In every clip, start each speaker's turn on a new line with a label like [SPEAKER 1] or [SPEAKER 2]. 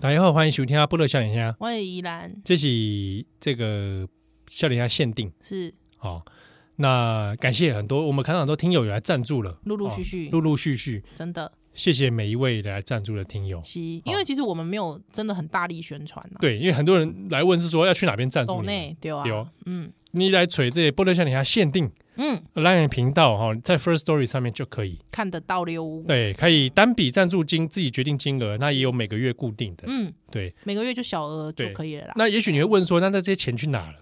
[SPEAKER 1] 大家好，欢迎收听阿波罗笑脸虾，
[SPEAKER 2] 我也依然
[SPEAKER 1] 这是这个笑脸虾限定
[SPEAKER 2] 是
[SPEAKER 1] 哦。那感谢很多我们看到很多听友有来赞助了，
[SPEAKER 2] 陆陆续续
[SPEAKER 1] 哦，陆哦陆续续，
[SPEAKER 2] 真的
[SPEAKER 1] 谢谢每一位来赞助的听友。
[SPEAKER 2] 是，因为其实我们没有真的很大力宣传呐、啊，
[SPEAKER 1] 对，因为很多人来问是说要去哪边赞助
[SPEAKER 2] 抖
[SPEAKER 1] 你，
[SPEAKER 2] 内对啊，
[SPEAKER 1] 有
[SPEAKER 2] 嗯
[SPEAKER 1] 你来锤这些波罗笑脸虾限定
[SPEAKER 2] 嗯，
[SPEAKER 1] 来源频道哈、哦，在 First Story 上面就可以，
[SPEAKER 2] 看得到溜，
[SPEAKER 1] 对，可以单笔赞助金自己决定金额，那也有每个月固定的，
[SPEAKER 2] 嗯，
[SPEAKER 1] 对。
[SPEAKER 2] 每个月就小额就
[SPEAKER 1] 对
[SPEAKER 2] 可以了啦，
[SPEAKER 1] 那也许你会问说，那那这些钱去哪了？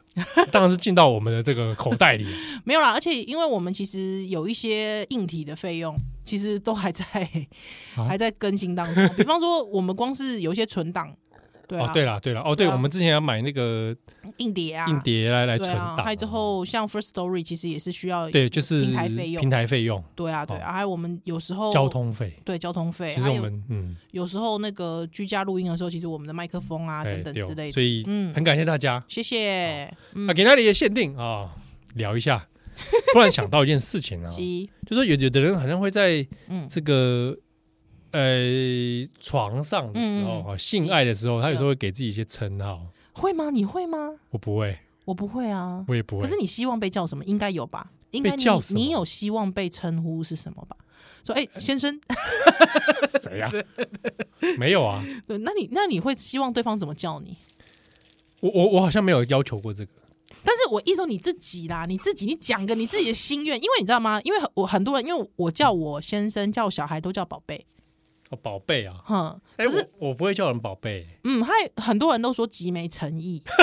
[SPEAKER 1] 当然是进到我们的这个口袋里。
[SPEAKER 2] 没有啦，而且因为我们其实有一些硬体的费用，其实都还在、
[SPEAKER 1] 啊
[SPEAKER 2] 还在更新当中，比方说我们光是有一些存档，对啊，
[SPEAKER 1] 哦，对了，对了，哦，对，
[SPEAKER 2] 对啊
[SPEAKER 1] 我们之前要买那个
[SPEAKER 2] 硬碟啊，
[SPEAKER 1] 硬碟来来
[SPEAKER 2] 对
[SPEAKER 1] 存
[SPEAKER 2] 啊，
[SPEAKER 1] 档哦
[SPEAKER 2] 还有，之后像 First Story 其实也是需要
[SPEAKER 1] 对，就是
[SPEAKER 2] 平台费用
[SPEAKER 1] 平台费用、
[SPEAKER 2] 对啊对啊，还有我们有时候
[SPEAKER 1] 交通费。
[SPEAKER 2] 对交通费，
[SPEAKER 1] 其实
[SPEAKER 2] 还
[SPEAKER 1] 我
[SPEAKER 2] 有
[SPEAKER 1] 们嗯，
[SPEAKER 2] 有时候那个居家录音的时候，其实我们的麦克风啊
[SPEAKER 1] 哎
[SPEAKER 2] 等等
[SPEAKER 1] 对
[SPEAKER 2] 之类的，
[SPEAKER 1] 所以
[SPEAKER 2] 嗯
[SPEAKER 1] 很感谢大家
[SPEAKER 2] 谢谢。嗯
[SPEAKER 1] 啊，，给那里也限定啊，聊一下。突然想到一件事情啊，
[SPEAKER 2] 鸡，
[SPEAKER 1] 就说有有的人好像会在
[SPEAKER 2] 嗯，
[SPEAKER 1] 这个呃床上的时候
[SPEAKER 2] 嗯嗯
[SPEAKER 1] 啊，性爱的时候，他有时候会给自己一些称号。
[SPEAKER 2] 会吗？你会吗？
[SPEAKER 1] 我不会，
[SPEAKER 2] 我不会啊。
[SPEAKER 1] 我也不会
[SPEAKER 2] 可是。你希望被叫什么？应该有吧？应该
[SPEAKER 1] 被
[SPEAKER 2] 你
[SPEAKER 1] 叫什么
[SPEAKER 2] 你有希望被称呼是什么吧？说哎、先生，
[SPEAKER 1] 谁呀、没有啊，
[SPEAKER 2] 对，那你那你会希望对方怎么叫你？
[SPEAKER 1] 我我我好像没有要求过这个。
[SPEAKER 2] 但是我一说你自己啦，你自己你讲个你自己的心愿，因为你知道吗？因为我很多人，因为我叫我先生叫我小孩都叫宝贝，
[SPEAKER 1] 哦，宝贝啊，
[SPEAKER 2] 哼，
[SPEAKER 1] 哎、
[SPEAKER 2] 可是
[SPEAKER 1] 我我不会叫人宝贝、
[SPEAKER 2] 嗯，还有很多人都说极没诚意，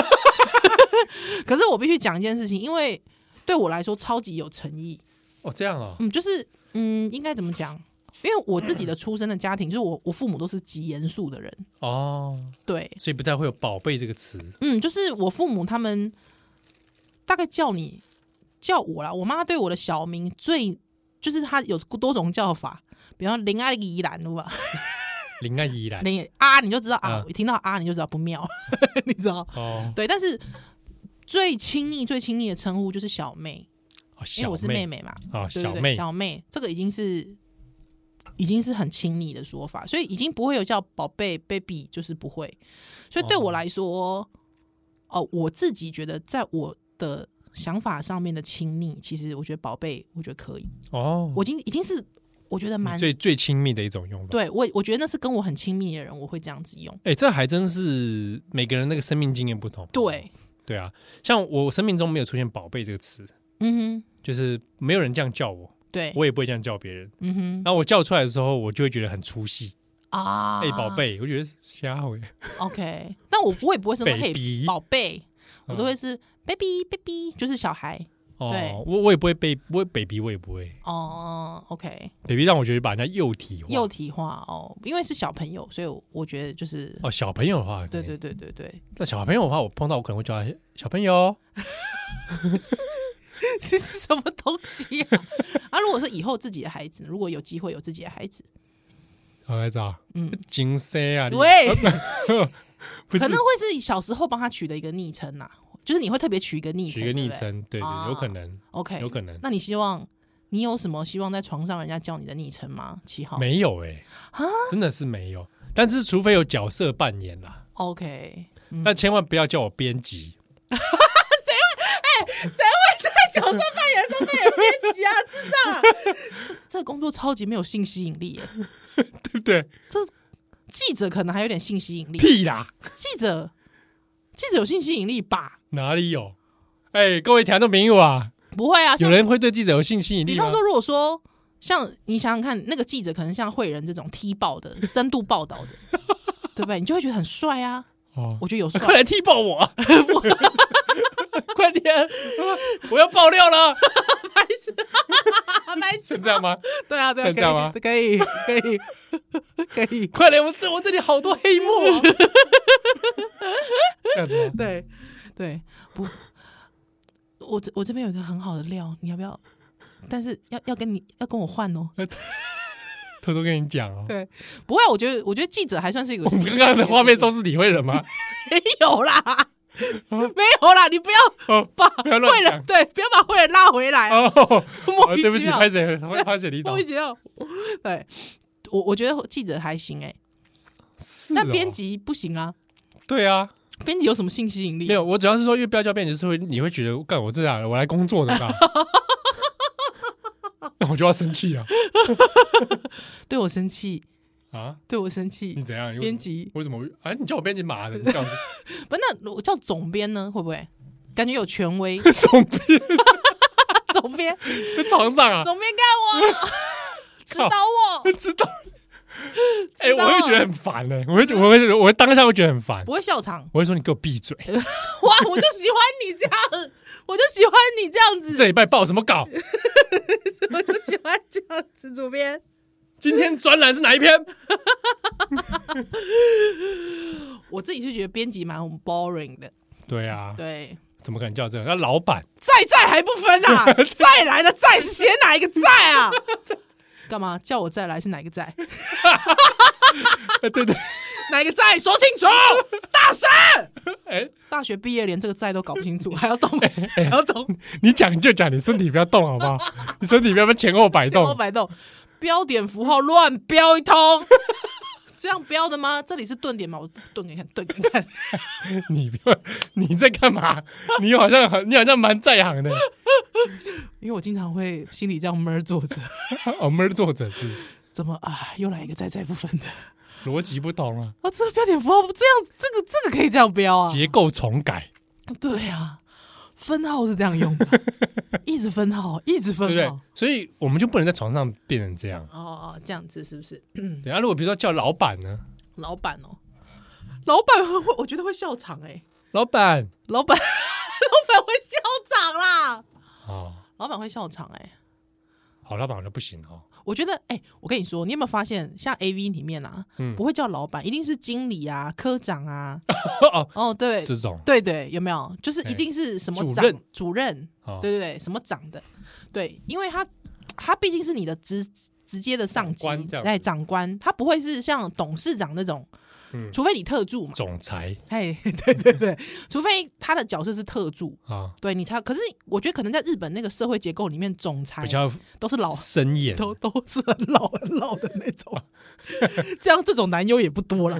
[SPEAKER 2] 可是我必须讲一件事情，因为对我来说超级有诚意。
[SPEAKER 1] 哦，这样啊，
[SPEAKER 2] 嗯，就是嗯，应该怎么讲？因为我自己的出生的家庭，就是我我父母都是极严肃的人，
[SPEAKER 1] 哦，
[SPEAKER 2] 对，
[SPEAKER 1] 所以不太会有宝贝这个词。
[SPEAKER 2] 嗯，就是我父母他们大概叫你叫我啦，我妈对我的小名最就是她有多种叫法，比方林阿依兰，对吧？
[SPEAKER 1] 林安依兰，
[SPEAKER 2] 林啊，你就知道啊，
[SPEAKER 1] 嗯
[SPEAKER 2] 我听到啊你就知道不妙， 你知道？
[SPEAKER 1] 哦，
[SPEAKER 2] 对，但是最亲密、最亲密的称呼就是小妹，
[SPEAKER 1] 哦
[SPEAKER 2] 因为
[SPEAKER 1] 小
[SPEAKER 2] 我是妹
[SPEAKER 1] 妹
[SPEAKER 2] 妹嘛，
[SPEAKER 1] 啊，
[SPEAKER 2] 对对
[SPEAKER 1] 小
[SPEAKER 2] 对，
[SPEAKER 1] 妹，
[SPEAKER 2] 小妹，这个已经是已经是很亲密的说法，所以已经不会有叫宝贝、baby，就是不会。所以对我来说，哦、我自己觉得，在我的想法上面的亲密，其实我觉得宝贝，我觉得可以，
[SPEAKER 1] 哦，
[SPEAKER 2] 我已经已经是我觉得蛮
[SPEAKER 1] 你最最亲密的一种用法。
[SPEAKER 2] 对我，我觉得那是跟我很亲密的人，我会这样子用。
[SPEAKER 1] 哎、这还真是每个人那个生命经验不同。
[SPEAKER 2] 对，
[SPEAKER 1] 对啊，像我生命中没有出现“宝贝”这个词，
[SPEAKER 2] 嗯
[SPEAKER 1] 就是没有人这样叫我，
[SPEAKER 2] 哼，对，
[SPEAKER 1] 我也不会这样叫别人。
[SPEAKER 2] 嗯哼，
[SPEAKER 1] 然后我叫出来的时候，我就会觉得很出戏。
[SPEAKER 2] 啊，
[SPEAKER 1] 哎、宝贝，我觉得瞎回
[SPEAKER 2] OK，但我不会不会说嘿
[SPEAKER 1] Baby
[SPEAKER 2] 宝贝，我都
[SPEAKER 1] 嗯
[SPEAKER 2] 会是 baby baby，就是小孩对
[SPEAKER 1] 哦，我我也不会被，不会 baby，我也不会
[SPEAKER 2] 哦。OK，
[SPEAKER 1] baby，让我觉得把人家幼体化。
[SPEAKER 2] 幼体化哦，因为是小朋友，所以我我觉得就是
[SPEAKER 1] 哦，小朋友的话，
[SPEAKER 2] 对对对对对，
[SPEAKER 1] 那小朋友的话，我碰到我可能会叫他哎小朋友，
[SPEAKER 2] 这是什么东西啊？啊，如果说以后自己的孩子，如果有机会有自己的孩子，
[SPEAKER 1] 小孩子啊，
[SPEAKER 2] 嗯，
[SPEAKER 1] 金塞啊，你
[SPEAKER 2] 对，
[SPEAKER 1] 不是
[SPEAKER 2] 可能会是小时候帮他取的一个昵称呐，就是你会特别取一个昵称，
[SPEAKER 1] 取个
[SPEAKER 2] 对
[SPEAKER 1] 昵
[SPEAKER 2] 不对
[SPEAKER 1] 称，对对，
[SPEAKER 2] 啊
[SPEAKER 1] 有可能，
[SPEAKER 2] OK，
[SPEAKER 1] 有可能
[SPEAKER 2] 那你希望你有什么希望在床上人家叫你的昵称吗？七号
[SPEAKER 1] 没有哎
[SPEAKER 2] 哦啊，
[SPEAKER 1] 真的是没有。但是除非有角色扮演啦，
[SPEAKER 2] OK，嗯
[SPEAKER 1] 但千万不要叫我编辑，
[SPEAKER 2] 角色扮演上面有编辑啊，知道？这这个工作超级没有性吸引力耶，
[SPEAKER 1] 对不对？
[SPEAKER 2] 记者可能还有点性吸引力，
[SPEAKER 1] 屁啦，
[SPEAKER 2] 记者记者有性吸引力吧？
[SPEAKER 1] 哪里有？哎，各位听众朋友啊，
[SPEAKER 2] 不会啊，
[SPEAKER 1] 有
[SPEAKER 2] 像
[SPEAKER 1] 人会对记者有性吸引
[SPEAKER 2] 比
[SPEAKER 1] 力吗
[SPEAKER 2] 方？说，如果说像你想想看，那个记者可能像慧仁这种踢爆的、深度报道 的，对不对？你就会觉得很帅啊，
[SPEAKER 1] 哦，
[SPEAKER 2] 我觉得有帅，
[SPEAKER 1] 快来踢爆我 啊！快点，我要爆料 了，
[SPEAKER 2] 白痴
[SPEAKER 1] 是这样吗？
[SPEAKER 2] 对啊，对
[SPEAKER 1] 啊这样吗
[SPEAKER 2] 可以，可以，可以，
[SPEAKER 1] 快来，我这我这里好多黑幕、啊。这样子吗
[SPEAKER 2] 对，对，不，我这我这边有一个很好的料，你要不要？但是要要跟你要跟我换哦。
[SPEAKER 1] 偷偷跟你讲哦，
[SPEAKER 2] 对，不会啊，我觉得我觉得记者还算是一个有
[SPEAKER 1] 我
[SPEAKER 2] 信
[SPEAKER 1] 们
[SPEAKER 2] 心，
[SPEAKER 1] 刚刚的画面都是李慧仁吗？
[SPEAKER 2] 没有啦， 没有啦，你不要
[SPEAKER 1] 哦，
[SPEAKER 2] 把
[SPEAKER 1] 不要
[SPEAKER 2] 慧
[SPEAKER 1] 乱
[SPEAKER 2] 仁
[SPEAKER 1] 讲
[SPEAKER 2] 对，不要把慧仁拉回来，
[SPEAKER 1] 哦，哦
[SPEAKER 2] 莫名
[SPEAKER 1] 对不
[SPEAKER 2] 其
[SPEAKER 1] 起，
[SPEAKER 2] 妙
[SPEAKER 1] 拍谁？拍谁？李
[SPEAKER 2] 莫
[SPEAKER 1] 导
[SPEAKER 2] 名其妙。对，我我觉得记者还行哎，
[SPEAKER 3] 是
[SPEAKER 1] 哦
[SPEAKER 3] 但编辑不行啊，
[SPEAKER 1] 对啊，
[SPEAKER 2] 编辑有什么性吸引力？
[SPEAKER 1] 没有，我主要是说，因为标价编辑是会，你会觉得，干我这样，我来工作的 吧？那我就要生气啊！
[SPEAKER 2] 对我生气，
[SPEAKER 1] 啊，
[SPEAKER 2] 对我生
[SPEAKER 1] 你
[SPEAKER 2] 气。
[SPEAKER 1] 怎样？
[SPEAKER 2] 编辑
[SPEAKER 1] 为什么？哎，你叫我编辑马的，你这样子
[SPEAKER 2] 不，那我叫总编呢？会不会感觉有权 威？
[SPEAKER 1] 总编
[SPEAKER 2] 总编，
[SPEAKER 1] 在床上啊？
[SPEAKER 2] 总编 干我，指导 我，
[SPEAKER 1] 知道？ 哎、
[SPEAKER 2] 知
[SPEAKER 1] 我
[SPEAKER 2] 道
[SPEAKER 1] 会觉得很烦呢、我会，我会，我会当下会觉得很烦，
[SPEAKER 2] 不会笑场。
[SPEAKER 1] 我会说你给我闭嘴！
[SPEAKER 2] 哇，我就喜欢你这样，我就喜欢你这样子，
[SPEAKER 1] 这礼拜报什么稿？
[SPEAKER 2] 我就喜欢这样子。 主编，
[SPEAKER 1] 今天专栏是哪一篇？
[SPEAKER 2] 我自己是觉得编辑蛮 boring 的，
[SPEAKER 1] 对啊，
[SPEAKER 2] 对。
[SPEAKER 1] 怎么可能叫这样？那老板
[SPEAKER 2] 再再还不分啊？ 再来的再是写哪一个再啊？ 干嘛叫我再来是哪一个再？
[SPEAKER 1] 哎对对，
[SPEAKER 2] 哪一个再？说清 楚，大神！
[SPEAKER 1] 哎、
[SPEAKER 2] 大学毕业连这个再都搞不清楚，还要 动，还要动，
[SPEAKER 1] 你讲就讲，你身体不要动好不好？ 你身体不要被前后摆
[SPEAKER 2] 多
[SPEAKER 1] 动。
[SPEAKER 2] 摆动，标点符号乱标一通， 这样标的吗？这里是顿点吗？我顿给你看，顿给你看。
[SPEAKER 1] 你不要，你在干嘛？你好像很，你好像蛮在行的。
[SPEAKER 2] 因为我经常会心里这样闷儿坐着，
[SPEAKER 1] 我们是哦作者是
[SPEAKER 2] 怎么啊？又来一个在在不分的
[SPEAKER 1] 逻辑不同啊，
[SPEAKER 2] 啊？这个标点符号不这样子，这个这个可以这样标啊？
[SPEAKER 1] 结构重改，
[SPEAKER 2] 对啊，分号是这样 用的，一直分号，一直分
[SPEAKER 1] 对不对
[SPEAKER 2] 号。？
[SPEAKER 1] 所以我们就不能在床上变成这样。
[SPEAKER 2] 哦哦，这样子是不是？
[SPEAKER 1] 对啊，如果比如说叫老板呢，
[SPEAKER 2] 老板哦，老板会，我觉得会笑场哎、
[SPEAKER 1] 老板
[SPEAKER 2] 老板， 老板会笑场啦，
[SPEAKER 1] 啊、哦，
[SPEAKER 2] 老板会笑场哎、
[SPEAKER 1] 好老板我就不行哦，
[SPEAKER 2] 我觉得，哎、我跟你说，你有没有发现，像 A V 里面啊，
[SPEAKER 1] 嗯
[SPEAKER 2] 不会叫老板，一定是经理啊、科长啊。
[SPEAKER 1] 哦
[SPEAKER 2] 哦，对，
[SPEAKER 1] 这种
[SPEAKER 2] 对对，有没有？就是
[SPEAKER 1] 哎
[SPEAKER 2] 一定是什么
[SPEAKER 1] 主
[SPEAKER 2] 长、
[SPEAKER 1] 任
[SPEAKER 2] 主任，
[SPEAKER 1] 哦
[SPEAKER 2] 对对对，什么长的，对，因为他他毕竟是你的直直接的上级
[SPEAKER 1] 长官这，样
[SPEAKER 2] 哎，
[SPEAKER 1] 子
[SPEAKER 2] 长官，他不会是像董事长那种，
[SPEAKER 1] 嗯
[SPEAKER 2] 除非你特助嘛，
[SPEAKER 1] 总裁
[SPEAKER 2] 哎， 对对对，除非他的角色是特助，
[SPEAKER 1] 啊、
[SPEAKER 2] 对你才，可是我觉得可能在日本那个社会结构里面，总裁
[SPEAKER 1] 比较
[SPEAKER 2] 都是老
[SPEAKER 1] 森严，
[SPEAKER 2] 都都是很老很老的那种， 这样这种男优也不多啦，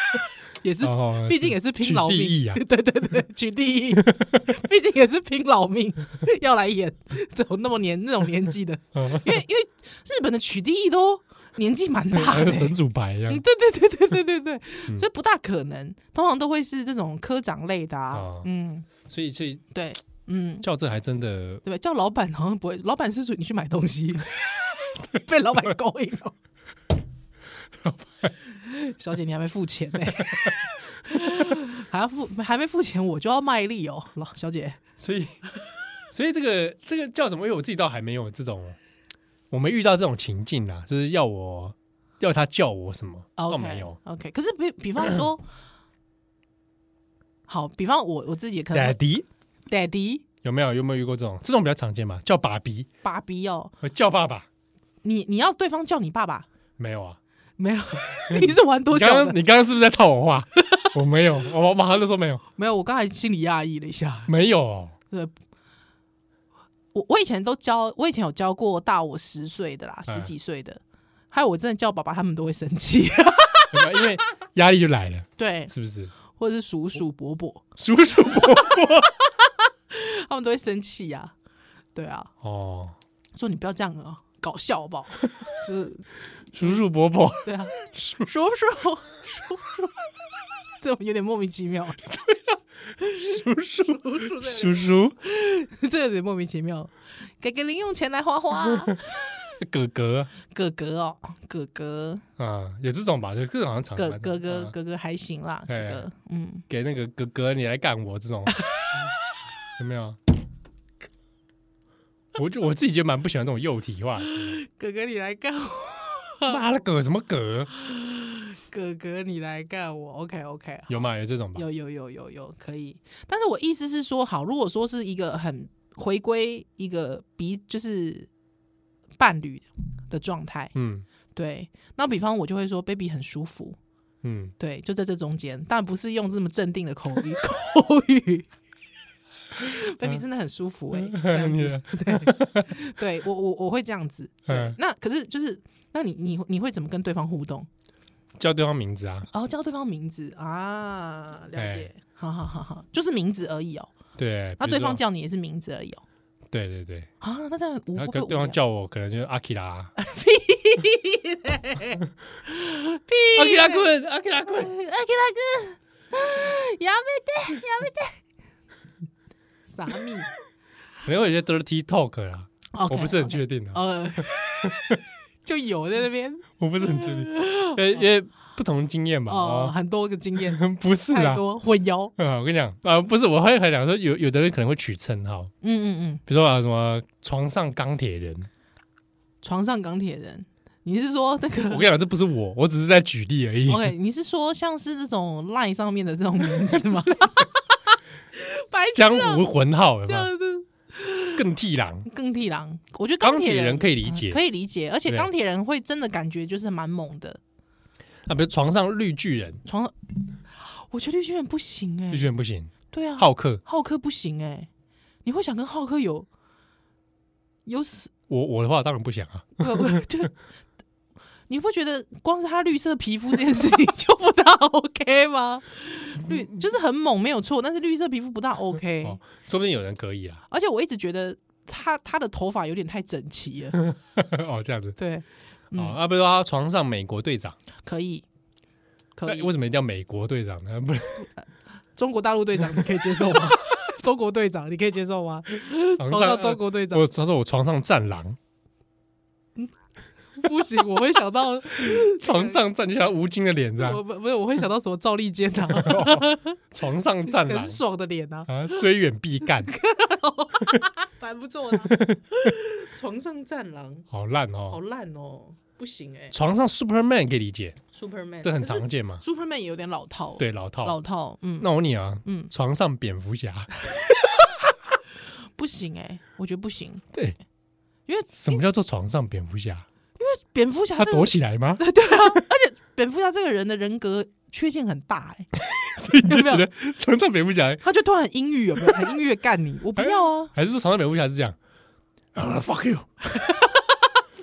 [SPEAKER 2] 也是
[SPEAKER 1] 哦
[SPEAKER 2] 毕竟也是拼老
[SPEAKER 1] 取地
[SPEAKER 2] 命
[SPEAKER 1] 义 啊
[SPEAKER 2] 对对对，取第一，毕竟也是拼老命要来演这种那么年那种年纪的，
[SPEAKER 1] 哦
[SPEAKER 2] 因为因为日本的取第一都年纪蛮大的、
[SPEAKER 1] 跟 神啊嗯主牌一样
[SPEAKER 2] 嗯，对对对对对 对对，所以不大可能，通常都会是这种科长类的啊
[SPEAKER 1] 哦，
[SPEAKER 2] 嗯，
[SPEAKER 1] 所以所以
[SPEAKER 2] 对，嗯，
[SPEAKER 1] 叫这还真的
[SPEAKER 2] 对吧？叫老板好像不会，老板是说你去买东西，被老板勾引了。小姐，你还没付钱呢、还要付，还没付钱我就要卖力哦，老小姐。
[SPEAKER 1] 所以， 所以这个这个叫什么？因为我自己倒还没有这种，我没遇到这种情境啦，就是要我要他叫我什么，倒
[SPEAKER 2] 哦 OK，
[SPEAKER 1] 没有。
[SPEAKER 2] OK，可是比比方说， 好，比方我我自己可能
[SPEAKER 1] Daddy
[SPEAKER 2] Daddy
[SPEAKER 1] 有没有有没有遇过这种？这种比较常见吧，叫爸比，
[SPEAKER 2] 爸比哦，
[SPEAKER 1] 呃叫爸爸
[SPEAKER 2] 你你要对方叫你爸爸
[SPEAKER 1] 没有啊？
[SPEAKER 2] 没有？你是玩多
[SPEAKER 1] 你
[SPEAKER 2] 小
[SPEAKER 1] 刚
[SPEAKER 2] 的
[SPEAKER 1] 刚？你刚刚是不是在套我 话？我没有，我我马上就说没有，
[SPEAKER 2] 没有，我刚才心里压抑了一下。
[SPEAKER 1] 没有哦，
[SPEAKER 2] 对，我我以前都教，我以前有教过大我十岁的啦，
[SPEAKER 1] 嗯
[SPEAKER 2] 十几岁的，还有我真的叫爸爸，他们都会生 气，
[SPEAKER 1] 有没有因为压力就来了，
[SPEAKER 2] 对，
[SPEAKER 1] 是不是？
[SPEAKER 2] 或者是叔叔伯伯，
[SPEAKER 1] 叔叔
[SPEAKER 2] 他们都会生气呀、对啊，
[SPEAKER 1] 哦，
[SPEAKER 2] 说你不要这样啊，搞笑好不 好？就是
[SPEAKER 1] 叔叔伯伯，
[SPEAKER 2] 对啊，叔叔叔叔， 这种有点莫名其妙，
[SPEAKER 1] 叔叔
[SPEAKER 2] 叔叔
[SPEAKER 1] 叔叔
[SPEAKER 2] 这个有点莫名其妙，给个零用钱来花花、
[SPEAKER 1] 哥哥
[SPEAKER 2] 哥哥哦，哥哥，
[SPEAKER 1] 啊，有这种吧？就各好像常
[SPEAKER 2] 哥哥哥
[SPEAKER 1] 啊
[SPEAKER 2] 哥哥还行啦，哥
[SPEAKER 1] 哎
[SPEAKER 2] 哥，嗯。
[SPEAKER 1] 给那个哥哥你来干我这 种，有没有？我就我自己就蛮不喜欢这种幼体化的，
[SPEAKER 2] 哥哥你来干我，
[SPEAKER 1] 妈了葛什么葛，
[SPEAKER 2] 哥哥你来干我，OK OK，
[SPEAKER 1] 有吗？有这种吧？
[SPEAKER 2] 有有有有有可以，但是我意思是说，好，如果说是一个很回归一个比就是伴侣的状态，
[SPEAKER 1] 嗯
[SPEAKER 2] 对，那比方我就会说 baby 很舒服，
[SPEAKER 1] 嗯，
[SPEAKER 2] 对，就在这中间，但不是用这么镇定的口语 口语。baby 真的很舒服哎、 这样子，
[SPEAKER 1] 嗯你
[SPEAKER 2] 对我我我会这样子。对
[SPEAKER 1] 嗯
[SPEAKER 2] 那可是就是，那你你你会怎么跟对方互动？
[SPEAKER 1] 叫对方名字啊，
[SPEAKER 2] 哦，叫对方名字啊，了
[SPEAKER 1] 哎
[SPEAKER 2] 解，好好好好，就是名字而已哦。
[SPEAKER 1] 对，
[SPEAKER 2] 那
[SPEAKER 1] 比如
[SPEAKER 2] 对方
[SPEAKER 1] 说
[SPEAKER 2] 叫你也是名字而已哦。
[SPEAKER 1] 对对对，
[SPEAKER 2] 啊，那这样无
[SPEAKER 1] 然
[SPEAKER 2] 会
[SPEAKER 1] 后
[SPEAKER 2] 不会
[SPEAKER 1] 跟对
[SPEAKER 2] 无
[SPEAKER 1] 方
[SPEAKER 2] 聊
[SPEAKER 1] 叫我可能就是阿基拉，
[SPEAKER 2] 屁嘞
[SPEAKER 1] 阿基拉棍，阿基拉棍，
[SPEAKER 2] 阿给大哥，啊やめてやめて， 傻咪。
[SPEAKER 1] 可能会有些 dirty talk 啦，
[SPEAKER 2] OK，
[SPEAKER 1] 我不是很
[SPEAKER 2] OK
[SPEAKER 1] 确定啊，
[SPEAKER 2] 呃， 就有在 那边
[SPEAKER 1] 我不是很确定，因为因为不同经验嘛，
[SPEAKER 2] 哦，
[SPEAKER 1] 哦，
[SPEAKER 2] 很多个经验，
[SPEAKER 1] 不是
[SPEAKER 2] 太
[SPEAKER 1] 啦，
[SPEAKER 2] 多混淆。
[SPEAKER 1] 啊，我跟你讲啊，不是，我还还讲说有有的人可能会取称号，
[SPEAKER 2] 嗯嗯嗯，
[SPEAKER 1] 比如说啊什么床上钢铁 人，
[SPEAKER 2] 床上钢铁人，你是说那
[SPEAKER 1] 我
[SPEAKER 2] 个
[SPEAKER 1] 跟你讲这不是我，我只是在举例而已。
[SPEAKER 2] ？OK，你是说像是那种 line 上面的这种名 字吗？白痴
[SPEAKER 1] 江
[SPEAKER 2] 啊
[SPEAKER 1] 湖混号有
[SPEAKER 2] 这
[SPEAKER 1] 没有？
[SPEAKER 2] 样子，
[SPEAKER 1] 更替狼，
[SPEAKER 2] 钢铁狼，我觉得
[SPEAKER 1] 钢
[SPEAKER 2] 铁
[SPEAKER 1] 铁人可以理
[SPEAKER 2] 嗯
[SPEAKER 1] 解
[SPEAKER 2] 可以理解，而且
[SPEAKER 1] 对
[SPEAKER 2] 钢铁人会真的感觉就是蛮猛的。
[SPEAKER 1] 啊，比如床上绿巨人，
[SPEAKER 2] 床上，我觉得绿巨人不行哎、
[SPEAKER 1] 绿巨人不行，
[SPEAKER 2] 对啊，
[SPEAKER 1] 浩克，
[SPEAKER 2] 浩克不行哎、你会想跟浩克有有死？
[SPEAKER 1] 我我的话当然不想啊，
[SPEAKER 2] 不不就你不觉得光是他绿色皮肤这件事情 就不大 OK 吗？绿就是很猛没有错，但是绿色皮肤不大 OK，、
[SPEAKER 1] 哦说不定有人可以啊啦。
[SPEAKER 2] 而且我一直觉得他他的头发有点太整齐 了，
[SPEAKER 1] 哦，这样子，
[SPEAKER 2] 对，嗯，
[SPEAKER 1] 哦，啊，比如说他床上美国队长，
[SPEAKER 2] 可以。可
[SPEAKER 1] 那
[SPEAKER 2] 以，
[SPEAKER 1] 为什么一定要美国队长呢？不 是
[SPEAKER 2] 中国大陆 队长你可以接受吗？ 中国队长你可以接受吗？
[SPEAKER 1] 床
[SPEAKER 2] 中
[SPEAKER 1] 上
[SPEAKER 2] 到中国队长
[SPEAKER 1] 我他说我床上战 狼，
[SPEAKER 2] 不行，我会想到
[SPEAKER 1] 床上战就像吴京的脸这
[SPEAKER 2] 我
[SPEAKER 1] 样，
[SPEAKER 2] 不不是，我会想到什么赵丽坚呐，
[SPEAKER 1] 床上战
[SPEAKER 2] 很
[SPEAKER 1] 狼
[SPEAKER 2] 爽啊的脸呐，
[SPEAKER 1] 啊，虽远必干，
[SPEAKER 2] 蛮不错的 啊。床上战狼
[SPEAKER 1] 好烂
[SPEAKER 2] 好
[SPEAKER 1] 哦。
[SPEAKER 2] 烂哦，不行哎
[SPEAKER 1] 床上 Superman 可以理解，
[SPEAKER 2] ，Superman
[SPEAKER 1] 这很
[SPEAKER 2] 哎可是
[SPEAKER 1] 常见嘛。
[SPEAKER 2] ，Superman 也有点老套，，
[SPEAKER 1] 对，老套。
[SPEAKER 2] 老套，嗯，
[SPEAKER 1] 那我问你啊，
[SPEAKER 2] 嗯
[SPEAKER 1] 床上蝙蝠侠，
[SPEAKER 2] 不行哎，我觉得不行，
[SPEAKER 1] 对，
[SPEAKER 2] 因为
[SPEAKER 1] 什么叫做床上蝙蝠侠？
[SPEAKER 2] 蝙蝠侠
[SPEAKER 1] 他
[SPEAKER 2] 这个
[SPEAKER 1] 躲起来 吗？
[SPEAKER 2] 蝙蝠侠这个人的人格缺陷很大哎，
[SPEAKER 1] 所以你就觉得床上蝙蝠侠，
[SPEAKER 2] 他就突然很阴郁，有没有？很阴郁地干你，我不要啊，
[SPEAKER 1] 还是说床上蝙蝠侠是这样？I'm gonna fuck you,
[SPEAKER 2] 哎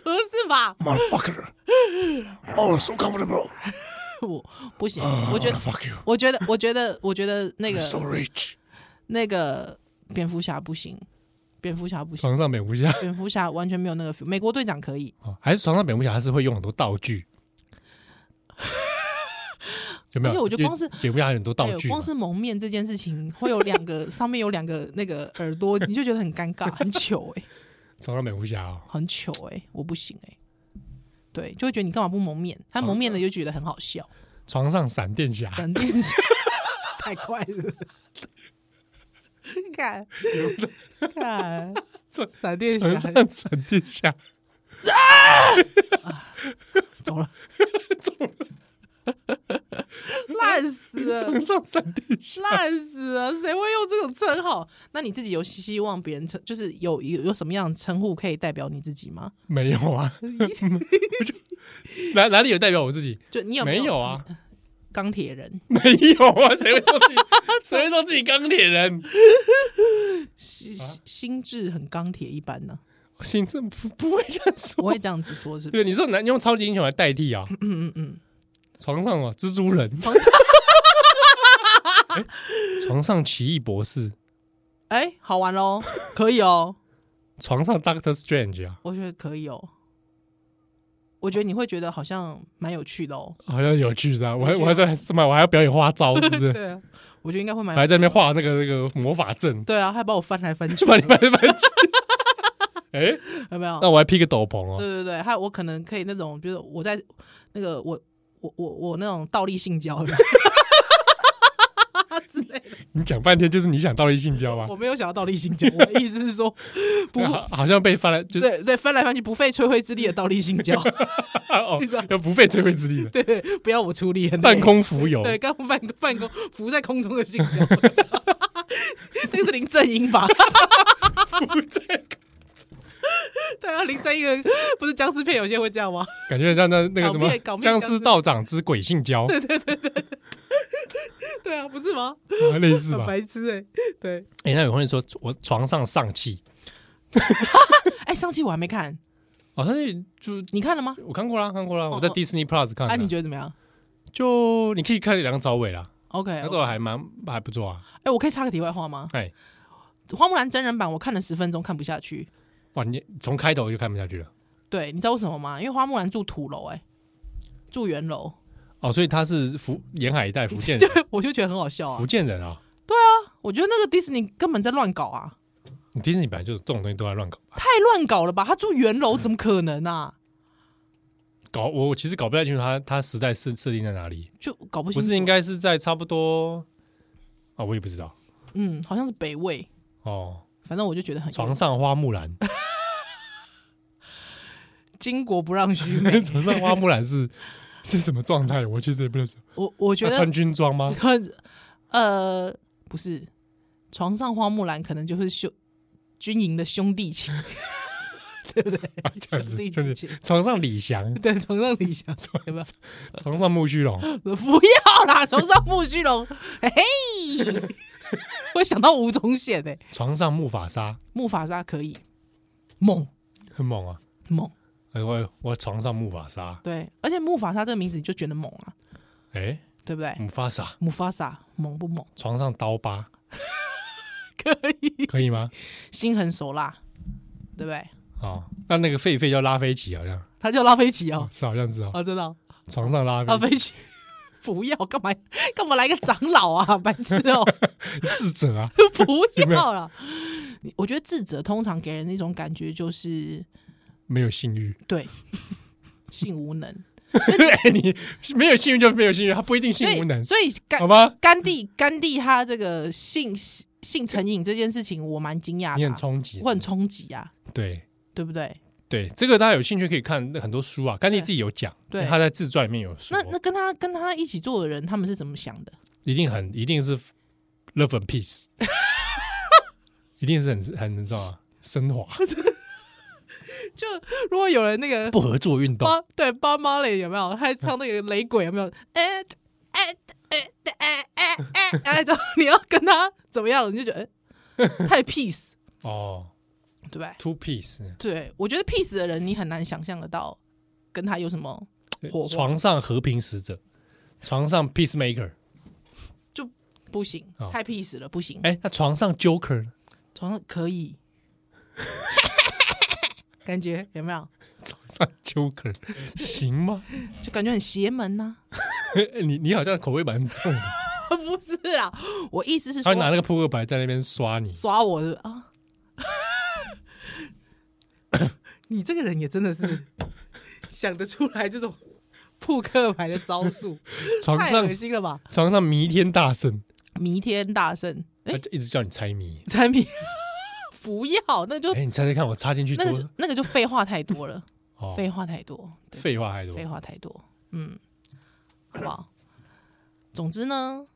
[SPEAKER 2] 不是吧？
[SPEAKER 1] motherfucker. Oh, so comfortable.
[SPEAKER 2] 我不行，
[SPEAKER 1] I'm
[SPEAKER 2] 我觉
[SPEAKER 1] gonna
[SPEAKER 2] 得，
[SPEAKER 1] fuck you.
[SPEAKER 2] 我觉得，我觉得，我觉得那
[SPEAKER 1] I'm
[SPEAKER 2] 个
[SPEAKER 1] so rich.
[SPEAKER 2] 那个蝙蝠侠不行，蝙蝠侠不行。
[SPEAKER 1] 床上蝙蝠侠
[SPEAKER 2] 蝙蝠侠完全没有那个 feel。美国队长可以，
[SPEAKER 1] 哦还是床上蝙蝠侠，他是会用很多道 具，有没有？
[SPEAKER 2] 而且我觉得光是
[SPEAKER 1] 因为蝙蝠侠有很多道具嘛，
[SPEAKER 2] 哎光是蒙面这件事情，会有两个上面有两个那个耳朵，你就觉得很尴尬，很糗哎、
[SPEAKER 1] 床上蝙蝠侠哦，
[SPEAKER 2] 很糗哎、我不行哎、对，就会觉得你干嘛不蒙面？他蒙面的就觉得很好笑，
[SPEAKER 1] 床上闪电侠，
[SPEAKER 2] 闪电侠太快 了， 看，看，
[SPEAKER 1] 这
[SPEAKER 2] 闪 电
[SPEAKER 1] 床上闪电 侠，
[SPEAKER 2] 走了，烂死了
[SPEAKER 1] 床。上闪电 侠。
[SPEAKER 2] 烂死了！谁会用这种称号？那你自己有希望别人称，就是有有有什么样的称呼可以代表你自己吗？
[SPEAKER 1] 没有 啊，我就哪哪里有代表我自己？
[SPEAKER 2] 就你有
[SPEAKER 1] 没
[SPEAKER 2] 有嗯
[SPEAKER 1] 有啊，
[SPEAKER 2] 钢铁 人？
[SPEAKER 1] 没有啊，谁会说 自己谁会说自己钢铁人？
[SPEAKER 2] 心
[SPEAKER 1] 啊
[SPEAKER 2] 心智很钢铁一 般呢、
[SPEAKER 1] 我心这不不会这样
[SPEAKER 2] 我
[SPEAKER 1] 说
[SPEAKER 2] 会。这样子说，是不
[SPEAKER 1] 对，
[SPEAKER 2] 是？
[SPEAKER 1] 你说男用超级英雄来代替 啊？
[SPEAKER 2] 嗯嗯嗯，
[SPEAKER 1] 床上 啊，蜘蛛人，
[SPEAKER 2] 床
[SPEAKER 1] 哎床上奇异博士，
[SPEAKER 2] 哎、好玩喽，可以哦，
[SPEAKER 1] 床上 Doctor Strange 啊，
[SPEAKER 2] 我觉得可以哦。我觉得你会觉得好像蛮有趣的哦。
[SPEAKER 1] 好像有趣是吧？我还
[SPEAKER 2] 有趣啊
[SPEAKER 1] 我还在什么？我还要表演花 招，是不是？
[SPEAKER 2] 啊，我觉得应该会蛮
[SPEAKER 1] 我还在那边画那个那个魔法阵，
[SPEAKER 2] 对啊，还把我翻来翻去
[SPEAKER 1] 就，把你翻来翻 去。哎，
[SPEAKER 2] 有没有？
[SPEAKER 1] 那我还披个斗篷哦，
[SPEAKER 2] 对对对，还有我可能可以那种，比如说我在那个我我我我那种倒立性交之类的，
[SPEAKER 1] 你讲半天就是你想倒立性交吗？
[SPEAKER 2] 我没有想要倒立性交，我的意思是说不
[SPEAKER 1] 好好像被翻来，就是
[SPEAKER 2] 对对翻来翻去不费吹灰之力的倒立性交，
[SPEAKER 1] 哦，要不费吹灰之力的，
[SPEAKER 2] 对对，不要我出力，很累
[SPEAKER 1] 半空浮游，
[SPEAKER 2] 对，刚半半空浮在空中的性交， 那个是林正英吧？
[SPEAKER 1] 浮在
[SPEAKER 2] 对啊，林正英的不是僵尸片有些会这样吗？
[SPEAKER 1] 感觉很像那那个什
[SPEAKER 2] 搞
[SPEAKER 1] 么
[SPEAKER 2] 面搞面
[SPEAKER 1] 僵尸道长之鬼性交，
[SPEAKER 2] 对啊，不是吗？
[SPEAKER 1] 啊类似
[SPEAKER 2] 很
[SPEAKER 1] 吧？
[SPEAKER 2] 白痴哎、对，
[SPEAKER 1] 哎，那有朋友说我床上上气，
[SPEAKER 2] 哎，上期我还没看，
[SPEAKER 1] 好像就
[SPEAKER 2] 你看了吗？
[SPEAKER 1] 我看过啦，看过啦，我在
[SPEAKER 2] 哦
[SPEAKER 1] Disney Plus 看
[SPEAKER 2] 啊，你哦
[SPEAKER 1] 的，
[SPEAKER 2] 觉得怎么样？
[SPEAKER 1] 就你可以看梁朝伟啦，
[SPEAKER 2] OK，
[SPEAKER 1] 梁朝伟还啊蛮还不错啊。
[SPEAKER 2] 哎、我可以插个题外话吗？
[SPEAKER 1] 哎，
[SPEAKER 2] 花木兰真人版我看了十分钟看不下去，
[SPEAKER 1] 哇，你从开头就看不下去了
[SPEAKER 2] 对，你知道为什么吗？因为花木兰住土楼、哎，住圆楼，
[SPEAKER 1] 哦，所以他是福沿海一带福建
[SPEAKER 2] 对
[SPEAKER 1] 人，，
[SPEAKER 2] 我就觉得很好笑啊
[SPEAKER 1] 福。建人啊。
[SPEAKER 2] 我觉得那个迪士尼根本在乱搞啊，
[SPEAKER 1] 你迪士尼本来就是这种东西都在乱搞吧？
[SPEAKER 2] 太乱搞了吧？他住圆楼怎么可能啊？
[SPEAKER 1] 搞我我其实搞不太清楚他他时代设设定在哪里，
[SPEAKER 2] 就搞不清
[SPEAKER 1] 不
[SPEAKER 2] 楚。
[SPEAKER 1] 是应该是在差不多啊、我也不知道
[SPEAKER 2] 嗯，好像是北魏，
[SPEAKER 1] 哦。
[SPEAKER 2] 反正我就觉得很
[SPEAKER 1] 床上花木兰，。
[SPEAKER 2] 巾帼不让须眉
[SPEAKER 1] 床上花木兰是 是什么状态？我其实也不知道。
[SPEAKER 2] 我我觉
[SPEAKER 1] 他
[SPEAKER 2] 得
[SPEAKER 1] 穿军装 吗？
[SPEAKER 2] 很呃不是，床上花木兰可能就是兄军营的兄弟情，对不对？
[SPEAKER 1] 啊这样
[SPEAKER 2] 兄
[SPEAKER 1] 子
[SPEAKER 2] 弟
[SPEAKER 1] 就是
[SPEAKER 2] 情，
[SPEAKER 1] 床上李翔，
[SPEAKER 2] 对，床上理想
[SPEAKER 1] 床
[SPEAKER 2] 有没有？
[SPEAKER 1] 床上木须龙，
[SPEAKER 2] 不要啦，崇尚木须龙， 嘿，会想到吴宗宪诶，
[SPEAKER 1] 床上木法沙，
[SPEAKER 2] 木法沙可以，猛
[SPEAKER 1] 很猛啊！
[SPEAKER 2] 猛，
[SPEAKER 1] 哎我我床上木法沙，
[SPEAKER 2] 对，而且木法沙这个名字你就觉得猛啊，
[SPEAKER 1] 哎，
[SPEAKER 2] 对不对？
[SPEAKER 1] 木法沙，
[SPEAKER 2] 木法沙猛不猛？
[SPEAKER 1] 床上刀疤，
[SPEAKER 2] 可以，
[SPEAKER 1] 可以吗？
[SPEAKER 2] 心狠手辣，对不对？
[SPEAKER 1] 哦，那那个狒狒叫拉菲奇，好像
[SPEAKER 2] 他叫拉菲奇哦，
[SPEAKER 1] 是好像是哦，
[SPEAKER 2] 啊，知道
[SPEAKER 1] 床上拉
[SPEAKER 2] 拉
[SPEAKER 1] 菲
[SPEAKER 2] 菲奇。 不要干嘛干嘛来个长老啊， 白痴哦、
[SPEAKER 1] 智者啊，
[SPEAKER 2] 不要了。你我觉得智者通常给人一种感觉就是
[SPEAKER 1] 没有性欲。
[SPEAKER 2] 对性无能，
[SPEAKER 1] 哎你没有性欲就没有性欲，他不一定
[SPEAKER 2] 所
[SPEAKER 1] 性无能
[SPEAKER 2] 以，所以干
[SPEAKER 1] 好吗？
[SPEAKER 2] 甘地，甘地他这个性性成瘾这件事情，我蛮惊讶
[SPEAKER 1] 你
[SPEAKER 2] 的
[SPEAKER 1] 很
[SPEAKER 2] 啊、
[SPEAKER 1] 冲击，
[SPEAKER 2] 我很冲击啊，
[SPEAKER 1] 对
[SPEAKER 2] 对不对？
[SPEAKER 1] 对，这个大家有兴趣可以看很多书啊，甘地
[SPEAKER 2] 对
[SPEAKER 1] 自己有讲，
[SPEAKER 2] 对
[SPEAKER 1] 他在自传里面有说
[SPEAKER 2] 那，那跟他跟他一起做的人，他们是怎么想的？
[SPEAKER 1] 一定很一定是 love and peace，一定是很很你知道吗？升华
[SPEAKER 2] 就如果有人那个
[SPEAKER 1] 不合作运动，
[SPEAKER 2] 巴对巴妈嘞，有没有？还唱那个雷鬼有没有？哎哎哎哎哎哎哎，就你要跟他怎么样？你就觉得、哎太 peace，
[SPEAKER 1] 哦
[SPEAKER 2] 对不对？
[SPEAKER 1] ，two piece，
[SPEAKER 2] 对，我觉得 peace 的人，你很难想象得到跟他有什么火花，
[SPEAKER 1] 呃床上和平使者，床上 peacemaker，
[SPEAKER 2] 就不行
[SPEAKER 1] 哦，
[SPEAKER 2] 太 peace 了，不行。
[SPEAKER 1] 哎，那床上 joker 呢
[SPEAKER 2] 床上可以， 感觉有没有？
[SPEAKER 1] 床上 joker 行吗？
[SPEAKER 2] 就感觉很邪门呐、
[SPEAKER 1] 你你好像口味蛮重的，
[SPEAKER 2] 不是啊，我意思是
[SPEAKER 1] 他
[SPEAKER 2] 说
[SPEAKER 1] 会拿那个扑克牌在那边刷你，
[SPEAKER 2] 耍我的啊。你这个人也真 的是想得出来这种扑克牌的招数，
[SPEAKER 1] 床
[SPEAKER 2] 太
[SPEAKER 1] 上
[SPEAKER 2] 恶心了吧！
[SPEAKER 1] 床上弥天大圣，
[SPEAKER 2] 弥天大圣，哎、
[SPEAKER 1] 他就一直叫你猜谜，
[SPEAKER 2] 产品不要，那就
[SPEAKER 1] 哎，你猜猜看，我插进去多
[SPEAKER 2] 那个就那个就废话太多了，
[SPEAKER 1] 哦，
[SPEAKER 2] 废话太多，对
[SPEAKER 1] 废话还多
[SPEAKER 2] 废，话太多，嗯，好不好？总之呢，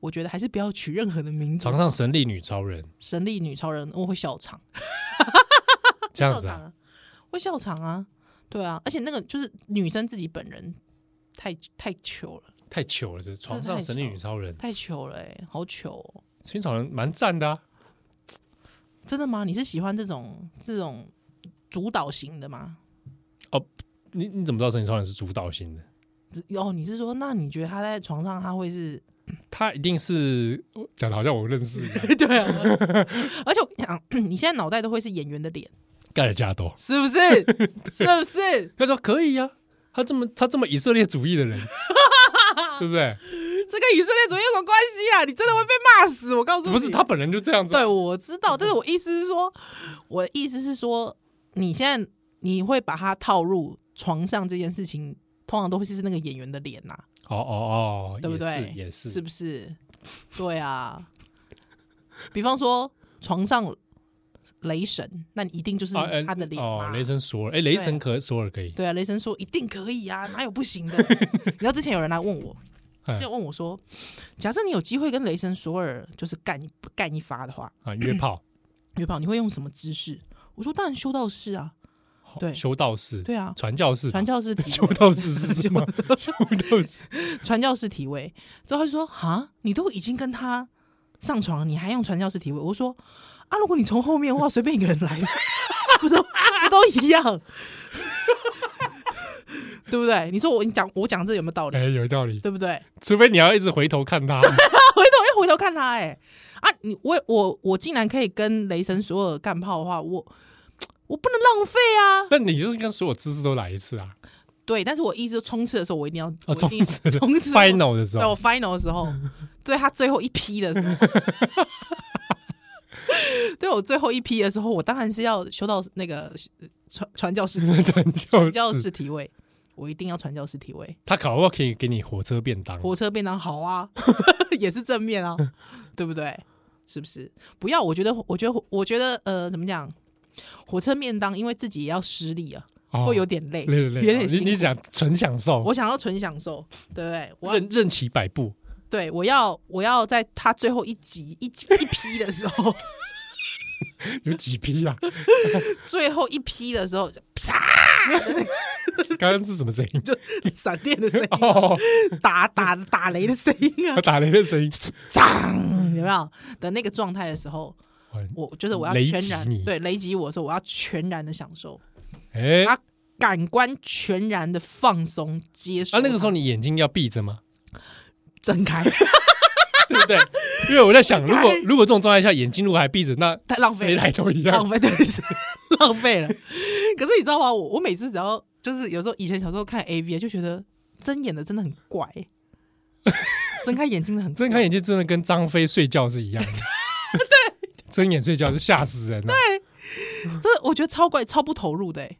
[SPEAKER 2] 我觉得还是不要取任何的名字
[SPEAKER 1] 床，上神力女超 人
[SPEAKER 2] 神力女超人我会笑场，
[SPEAKER 1] 这样
[SPEAKER 2] 笑
[SPEAKER 1] 子
[SPEAKER 2] 场
[SPEAKER 1] 啊，
[SPEAKER 2] 啊，会笑场啊，对啊，而且那个就是女生自己本人太太糗了，
[SPEAKER 1] 太糗了，这床上神力女超人，
[SPEAKER 2] 太糗了、欸，好糗、哦，
[SPEAKER 1] 神力女超人蛮赞的啊，
[SPEAKER 2] 真的吗？你是喜欢这种这种主导型的吗？
[SPEAKER 1] 你你怎么知道神力女超人是主导型的？
[SPEAKER 2] 哦，你是说，那你觉得她在床上，她会 是？
[SPEAKER 1] 他一定是讲的好像我认识一样，
[SPEAKER 2] 对啊，而且我跟 你讲，你现在脑袋都会是演员的脸，
[SPEAKER 1] 盖尔加 多。
[SPEAKER 2] 是 不是？是不是？
[SPEAKER 1] 他说可以呀、啊他这么他这么以色列主义的 人，对不对？
[SPEAKER 2] 这跟以色列主义有什么关系啊？你真的会被骂死！我告诉你，
[SPEAKER 1] 不是他本人就这 样子
[SPEAKER 2] 对，我知道，但是我意思是说，我的意思是说，你现在你会把它套入床上这件事情，通常都会是那个演员的脸呐、
[SPEAKER 1] 哦哦哦，
[SPEAKER 2] 对不对？
[SPEAKER 1] 也是，也
[SPEAKER 2] 是
[SPEAKER 1] 是
[SPEAKER 2] 不是？对啊，比方说床上雷神，那你一定就是
[SPEAKER 1] 啊呃
[SPEAKER 2] 他的脸嘛、
[SPEAKER 1] 哦，雷神索尔，哎，雷神可索尔可以，
[SPEAKER 2] 对啊，雷神说一定可 以啊，哪有不行的？你知道之前有人来问我，
[SPEAKER 1] 嗯
[SPEAKER 2] 就问我说，假设你有机会跟雷神索尔就是干一干一发的话，
[SPEAKER 1] 啊，约炮，
[SPEAKER 2] 约炮你会用什么姿势？我说当然修道士啊，对
[SPEAKER 1] 修道士，
[SPEAKER 2] 对啊，
[SPEAKER 1] 传教士吧，
[SPEAKER 2] 传教士体
[SPEAKER 1] 修道士是什
[SPEAKER 2] 修
[SPEAKER 1] 么？ 修道士，
[SPEAKER 2] 传教士体位。之后他就说啊，你都已经跟他上床了，你还用传教士体位？我说啊，如果你从后面的话，随便一 个人来，不都不都一样？ 对不对？你说我你讲我讲这有没有道理？
[SPEAKER 1] 哎，有道理。
[SPEAKER 2] 对不 对？
[SPEAKER 1] 除非你要一直回头看 他，
[SPEAKER 2] 回头要回头看他、欸，哎啊，你我我我竟然可以跟雷神索尔干炮的话，我我不能浪费啊。
[SPEAKER 1] 那你就是跟所有姿势都来一次啊！
[SPEAKER 2] 对，但是我一直冲刺的时候，我一定要，
[SPEAKER 1] 啊，
[SPEAKER 2] 我
[SPEAKER 1] 冲
[SPEAKER 2] 一定
[SPEAKER 1] 刺的
[SPEAKER 2] 冲刺
[SPEAKER 1] final 的时
[SPEAKER 2] 对我
[SPEAKER 1] 候，
[SPEAKER 2] final 的时 候，对他最后一批的时候， 对我最后一批的时候，我当然是要修到那个呃传传教士
[SPEAKER 1] 传
[SPEAKER 2] 传
[SPEAKER 1] 教
[SPEAKER 2] 教
[SPEAKER 1] 士
[SPEAKER 2] 士体位，我一定要传教士体位。
[SPEAKER 1] 他搞不好可以给你火车便当，
[SPEAKER 2] 火车便当好啊， 也是正 面啊，对不对？是不是？不要，我觉得，我觉得，我觉得，呃，怎么讲？火车便当，因为自己也要失力啊，
[SPEAKER 1] 哦
[SPEAKER 2] 会有点累，
[SPEAKER 1] 累累
[SPEAKER 2] 有
[SPEAKER 1] 累。
[SPEAKER 2] 点
[SPEAKER 1] 你
[SPEAKER 2] 辛
[SPEAKER 1] 你
[SPEAKER 2] 苦
[SPEAKER 1] 想纯享受，
[SPEAKER 2] 我想要纯享受，对不对？我要
[SPEAKER 1] 任任其摆布，
[SPEAKER 2] 对我要我要在他最后一集一集一批的时候，
[SPEAKER 1] 有几批啊？
[SPEAKER 2] 最后一批的时候，就
[SPEAKER 1] 刚刚是什么声音？
[SPEAKER 2] 闪电的声音，
[SPEAKER 1] 哦，
[SPEAKER 2] 打打打雷的声音啊
[SPEAKER 1] 他，打雷的声音，嗯
[SPEAKER 2] 砰，有没有的那个状态的时候，
[SPEAKER 1] 哦
[SPEAKER 2] 我觉得我要
[SPEAKER 1] 雷
[SPEAKER 2] 全
[SPEAKER 1] 击你
[SPEAKER 2] 然对雷击我的时候，我要全然的享受。
[SPEAKER 1] 哎，
[SPEAKER 2] 啊，感官全然的放松接受
[SPEAKER 1] 啊，
[SPEAKER 2] 它。
[SPEAKER 1] 那个时候你眼睛要闭着吗？
[SPEAKER 2] 睁开，
[SPEAKER 1] 对不对？因为我在 想，如果
[SPEAKER 2] 该
[SPEAKER 1] 如果这种状态下眼睛如果还闭着，那
[SPEAKER 2] 太浪费
[SPEAKER 1] 谁
[SPEAKER 2] 了
[SPEAKER 1] 来都一
[SPEAKER 2] 浪
[SPEAKER 1] 样。
[SPEAKER 2] 费对，是浪费了。可是你知道吗？我我每次只要就是有时候以前小时候看 A V 就觉得睁眼的真的很怪、睁开眼睛的很
[SPEAKER 1] 睁开眼睛真的跟张飞睡觉是一 样的，对，睁眼睡觉是吓死人了。啊
[SPEAKER 2] 怪，真的我觉得超怪，超不投入的、欸，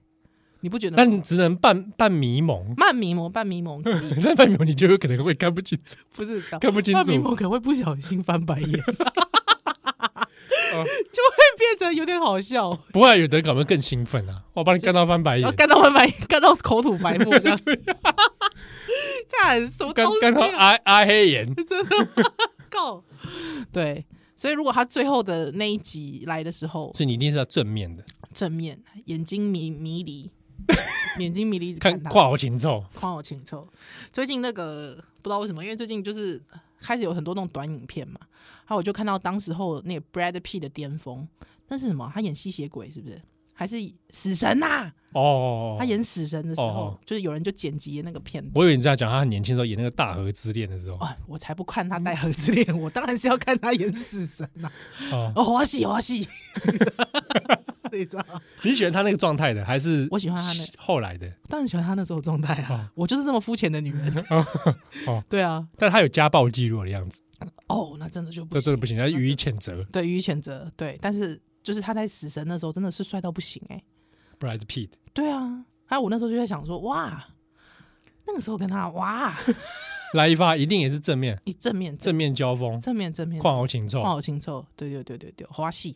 [SPEAKER 2] 你不觉得吗？
[SPEAKER 1] 但只能半半迷蒙，
[SPEAKER 2] 慢迷蒙，半迷蒙，
[SPEAKER 1] 那半迷蒙你就有可能会看不清 楚，
[SPEAKER 2] 不是的
[SPEAKER 1] 看不清
[SPEAKER 2] 慢迷
[SPEAKER 1] 楚。
[SPEAKER 2] 蒙可能会不小心翻白眼，就会变成有点好笑，
[SPEAKER 1] 不会啊，有的人可能会更兴奋啊，我把你干到翻白眼
[SPEAKER 2] 然后，干到 翻白，干到口吐白沫这样。看什么
[SPEAKER 1] 干
[SPEAKER 2] 东西、啊？
[SPEAKER 1] 干到阿阿黑 眼，
[SPEAKER 2] 够。对，所以如果他最后的那一集来的时候，
[SPEAKER 1] 所以你一定是要正面的，
[SPEAKER 2] 正面眼睛迷 迷离，眼睛迷离一直
[SPEAKER 1] 看
[SPEAKER 2] 看他，
[SPEAKER 1] 跨好哦情奏，
[SPEAKER 2] 夸我清楚。最近那个不知道为什么，因为最近就是开始有很多那种短影片嘛，然后我就看到当时候那个 Brad Pitt 的巅峰，那是什么？他演吸血鬼是不是？还是死神呐、
[SPEAKER 1] 哦，
[SPEAKER 2] 他演死神的时候，
[SPEAKER 1] 哦
[SPEAKER 2] 就是有人就剪辑那个片段。
[SPEAKER 1] 我以为你在讲他很年轻的时候演那个《大河之恋》的时候，
[SPEAKER 2] 哎，我才不看他戴盒子恋，我当然是要看他演死神呐、
[SPEAKER 1] 哦，
[SPEAKER 2] 哦，欢喜欢喜，你知道？
[SPEAKER 1] 你喜欢他那个状态的，还是
[SPEAKER 2] 我喜欢他那
[SPEAKER 1] 后来的？
[SPEAKER 2] 当然喜欢他那时候的状态啊，我就是这么肤浅的女人。
[SPEAKER 1] 哦
[SPEAKER 2] 对啊，
[SPEAKER 1] 但他有家暴记录的样子，
[SPEAKER 2] 哦，那真的就
[SPEAKER 1] 这
[SPEAKER 2] 不
[SPEAKER 1] 真
[SPEAKER 2] 行，
[SPEAKER 1] 的不行，他予以谴责。
[SPEAKER 2] 对予以谴责。对，但是就是他在死神的时候真的是帅到不行哎、
[SPEAKER 1] Brad Pitt，
[SPEAKER 2] 对啊，还有我那时候就在想说，哇，那个时候跟他哇，
[SPEAKER 1] 来一发一定也是正面，
[SPEAKER 2] 你正面哦
[SPEAKER 1] 正
[SPEAKER 2] 正
[SPEAKER 1] 面交锋，
[SPEAKER 2] 正面正面，
[SPEAKER 1] 跨好哦嗯情奏。
[SPEAKER 2] 好清楚，对对对对对，花戏，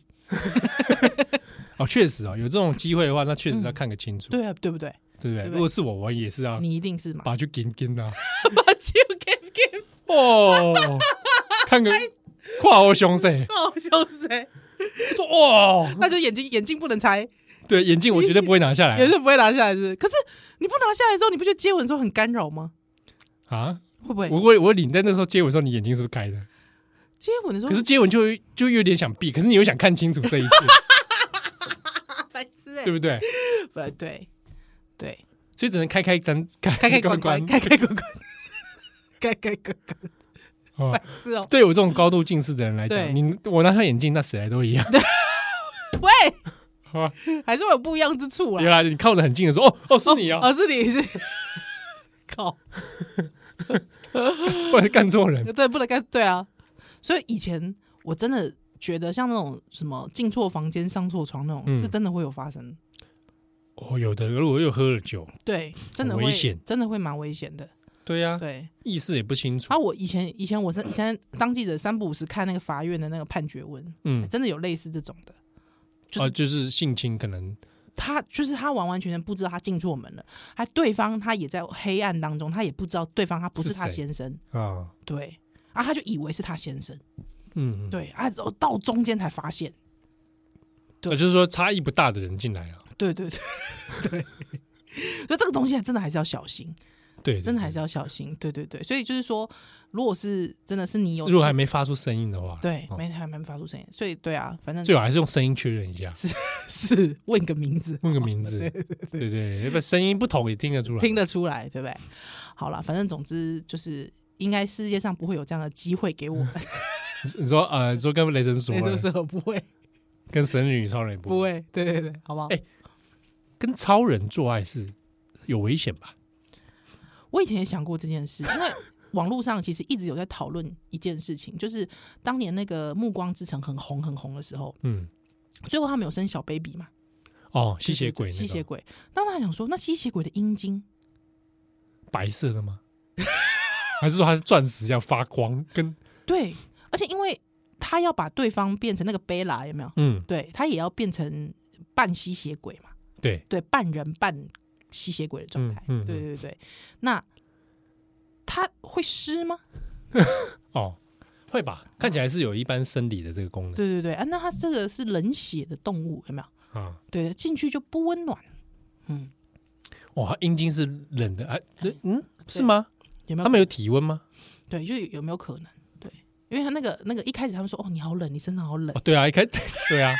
[SPEAKER 1] 哦，确实哦，有这种机会的话，那确实要看个清楚，
[SPEAKER 2] 对啊，对不对？
[SPEAKER 1] 对不对？
[SPEAKER 2] 对
[SPEAKER 1] 如果是我，我也是要
[SPEAKER 2] 你一定是嘛，
[SPEAKER 1] 把去紧紧的啊
[SPEAKER 2] 把球给给
[SPEAKER 1] 哦，看个跨好凶噻，
[SPEAKER 2] 搞笑死欸，
[SPEAKER 1] 说哦，
[SPEAKER 2] 那就眼睛眼睛不能拆。
[SPEAKER 1] 对，眼镜我绝对不会拿 下来啊
[SPEAKER 2] 也是不会拿下来是。可是你不拿下来之后，你不觉得接吻的时候很干扰吗？
[SPEAKER 1] 啊。
[SPEAKER 2] 会不会
[SPEAKER 1] 我会我领在那时候接吻的时候，你眼睛是不是开的？
[SPEAKER 2] 接吻的时候？
[SPEAKER 1] 可是接吻就会就有点想闭，可是你又想看清楚这一次，
[SPEAKER 2] 白痴哎
[SPEAKER 1] 对不对？
[SPEAKER 2] 对对对，
[SPEAKER 1] 所以只能开开关
[SPEAKER 2] 开
[SPEAKER 1] 开
[SPEAKER 2] 开关
[SPEAKER 1] 关
[SPEAKER 2] 关，开开关关，开开关关，
[SPEAKER 1] 哦
[SPEAKER 2] 白痴哦！
[SPEAKER 1] 对我这种高度近视的人来
[SPEAKER 2] 对
[SPEAKER 1] 讲，你我拿上眼镜，那谁来都一样。
[SPEAKER 2] 喂，
[SPEAKER 1] 好啊吧
[SPEAKER 2] 还是会有不一样之处
[SPEAKER 1] 原
[SPEAKER 2] 啦。
[SPEAKER 1] 来你靠得很近的时候，哦哦是你啊，
[SPEAKER 2] 哦，是你是，靠，
[SPEAKER 1] 不然干错人。
[SPEAKER 2] 对，不能干，对啊。所以以前我真的觉得像那种什么进错房间上错床那种，
[SPEAKER 1] 嗯
[SPEAKER 2] 是真的会有发生，
[SPEAKER 1] 哦，有的如果又喝了酒，
[SPEAKER 2] 对，真的
[SPEAKER 1] 很危
[SPEAKER 2] 会
[SPEAKER 1] 险，
[SPEAKER 2] 真的会蛮危险的，
[SPEAKER 1] 对呀，
[SPEAKER 2] 对。
[SPEAKER 1] 意识也不清楚
[SPEAKER 2] 啊，。我以前以前我是以前当记者三不五时看那个法院的那个判决文，
[SPEAKER 1] 嗯，
[SPEAKER 2] 真的有类似这种的。就是
[SPEAKER 1] 啊，就是性侵可能
[SPEAKER 2] 他就是他完完全全不知道他进错门了，还对方他也在黑暗当中，他也不知道对方他不是
[SPEAKER 1] 是谁
[SPEAKER 2] 他先生，
[SPEAKER 1] 啊，
[SPEAKER 2] 对啊，他就以为是他先生，
[SPEAKER 1] 嗯，
[SPEAKER 2] 对啊，然后到中间才发现，
[SPEAKER 1] 啊
[SPEAKER 2] 对
[SPEAKER 1] 那就是说差异不大的人进来了，啊
[SPEAKER 2] 对对对对，所以这个东西还真的还是要小心，
[SPEAKER 1] 对，
[SPEAKER 2] 真的还是
[SPEAKER 1] 要，
[SPEAKER 2] 要小心。对对对，所以就是说，如果是真的是你有
[SPEAKER 1] 如果还没发出声音的话，
[SPEAKER 2] 对
[SPEAKER 1] 哦
[SPEAKER 2] 没还没发出声音，所以对啊，反正
[SPEAKER 1] 最好还是用声音确认一下，
[SPEAKER 2] 是 问个名字，
[SPEAKER 1] 问个名 字，对对，要不然声音不同也听得出来，
[SPEAKER 2] 听得出来，对不对？好了，反正总之就是，应该世界上不会有这样的机会 给我们，
[SPEAKER 1] 你你说呃，你说跟雷神索
[SPEAKER 2] 所以
[SPEAKER 1] 尔
[SPEAKER 2] 这个时候不会，
[SPEAKER 1] 跟神女超人也
[SPEAKER 2] 不
[SPEAKER 1] 不会，
[SPEAKER 2] 会，对对对，好不好？
[SPEAKER 1] 哎跟超人做爱是有危险吧？
[SPEAKER 2] 我以前也想过这件事，因为 网络上其实一直有在讨论一件事情，就是当年那个《暮光之城》很红很红的时候，
[SPEAKER 1] 嗯，
[SPEAKER 2] 最后他们有生小 baby 嘛，
[SPEAKER 1] 哦，吸血鬼，
[SPEAKER 2] 吸血，鬼。那他想说，那吸血鬼的阴茎
[SPEAKER 1] 白色的吗？ 还是说它是钻石一样发光？跟
[SPEAKER 2] 对，而且因为他要把对方变成那个贝拉，有没有？
[SPEAKER 1] 嗯，
[SPEAKER 2] 对他也要变成半吸血鬼嘛，
[SPEAKER 1] 对，
[SPEAKER 2] 对，半人半吸血鬼的状态。
[SPEAKER 1] 嗯嗯嗯
[SPEAKER 2] 对对对，那他会湿吗？
[SPEAKER 1] 哦，会吧？看起来是有一般生理的这个功能
[SPEAKER 2] 对对对啊，那他这个是冷血的动物，有没有？
[SPEAKER 1] 啊。
[SPEAKER 2] 对，进去就不温暖，
[SPEAKER 1] 哇，它阴茎是冷的，啊，嗯，是吗？
[SPEAKER 2] 有没
[SPEAKER 1] 他
[SPEAKER 2] 有？
[SPEAKER 1] 们有体温吗？
[SPEAKER 2] 对，就是有没有可能？对，因为他那个那个一开始他们说哦，你好冷，你身上好冷
[SPEAKER 1] 哦，，对啊，一开 对啊，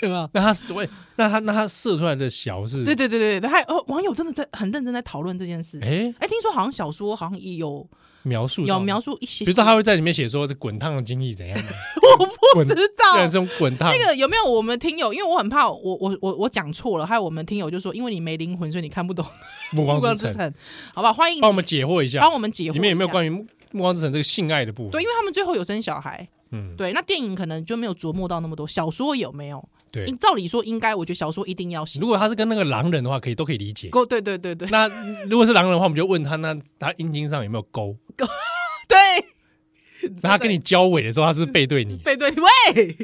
[SPEAKER 2] 对吧？
[SPEAKER 1] 那它是喂，那它那它射出来的小是
[SPEAKER 2] 对对对对对，还哦，网友真的在很认真在讨论这件事。
[SPEAKER 1] 哎
[SPEAKER 2] 哎，听说好像小说好像也有
[SPEAKER 1] 描述
[SPEAKER 2] 有
[SPEAKER 1] 到
[SPEAKER 2] 描，述一些，
[SPEAKER 1] 比如说他会在里面写说这滚烫的精液怎样，
[SPEAKER 2] 我不
[SPEAKER 1] 滚
[SPEAKER 2] 知
[SPEAKER 1] 虽然
[SPEAKER 2] 道
[SPEAKER 1] 这种滚烫，
[SPEAKER 2] 那个有没有我们听友，因为我很怕我我我我讲错了，还有我们听友就说因为你没灵魂，所以你看不懂《
[SPEAKER 1] 暮
[SPEAKER 2] 暮
[SPEAKER 1] 光
[SPEAKER 2] 光
[SPEAKER 1] 之
[SPEAKER 2] 之
[SPEAKER 1] 城，
[SPEAKER 2] 城》，好吧？欢迎
[SPEAKER 1] 帮我们解惑一下，
[SPEAKER 2] 帮我们解惑一下，
[SPEAKER 1] 里面有没有关于暮暮光之城这个性爱的部分？
[SPEAKER 2] 对，因为他们最后有生小孩，
[SPEAKER 1] 嗯，
[SPEAKER 2] 对，那电影可能就没有琢磨到那么多，小说有没有？
[SPEAKER 1] 对
[SPEAKER 2] 应照理说应该，我觉得小说一定要写
[SPEAKER 1] 如。果他是跟那个狼人的话，可以都可以理解。
[SPEAKER 2] 勾 对对对对
[SPEAKER 1] 那如果是狼人的话，我们就问他，那他阴茎上有没有沟？
[SPEAKER 2] 对，
[SPEAKER 1] 然后他跟你交尾的时候，他是背对你，
[SPEAKER 2] 背对你喂，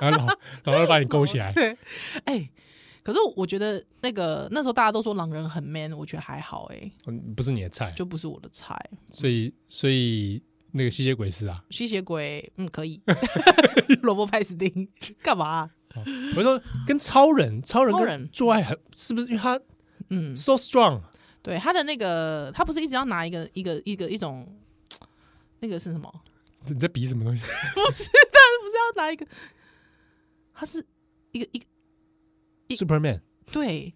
[SPEAKER 1] 然后老老二把你勾起来。
[SPEAKER 2] 哎，可是我觉得那个那时候大家都说狼人很 man，我觉得还好哎、
[SPEAKER 1] 嗯，不是你的菜，
[SPEAKER 2] 就不是我的菜。
[SPEAKER 1] 所以所以那个吸血鬼是啊，
[SPEAKER 2] 吸血鬼，嗯，可以。萝卜派斯汀干嘛、
[SPEAKER 1] 我说跟超人，超人
[SPEAKER 2] 超
[SPEAKER 1] 跟
[SPEAKER 2] 人
[SPEAKER 1] 做爱很是不是？因为他
[SPEAKER 2] 嗯，
[SPEAKER 1] so strong，
[SPEAKER 2] 对，他的那个他不是一直要拿一个一个一个一种那个是什么？
[SPEAKER 1] 你在比什么东西？
[SPEAKER 2] 不是要拿一个，他是一个一个
[SPEAKER 1] Superman，
[SPEAKER 2] 对，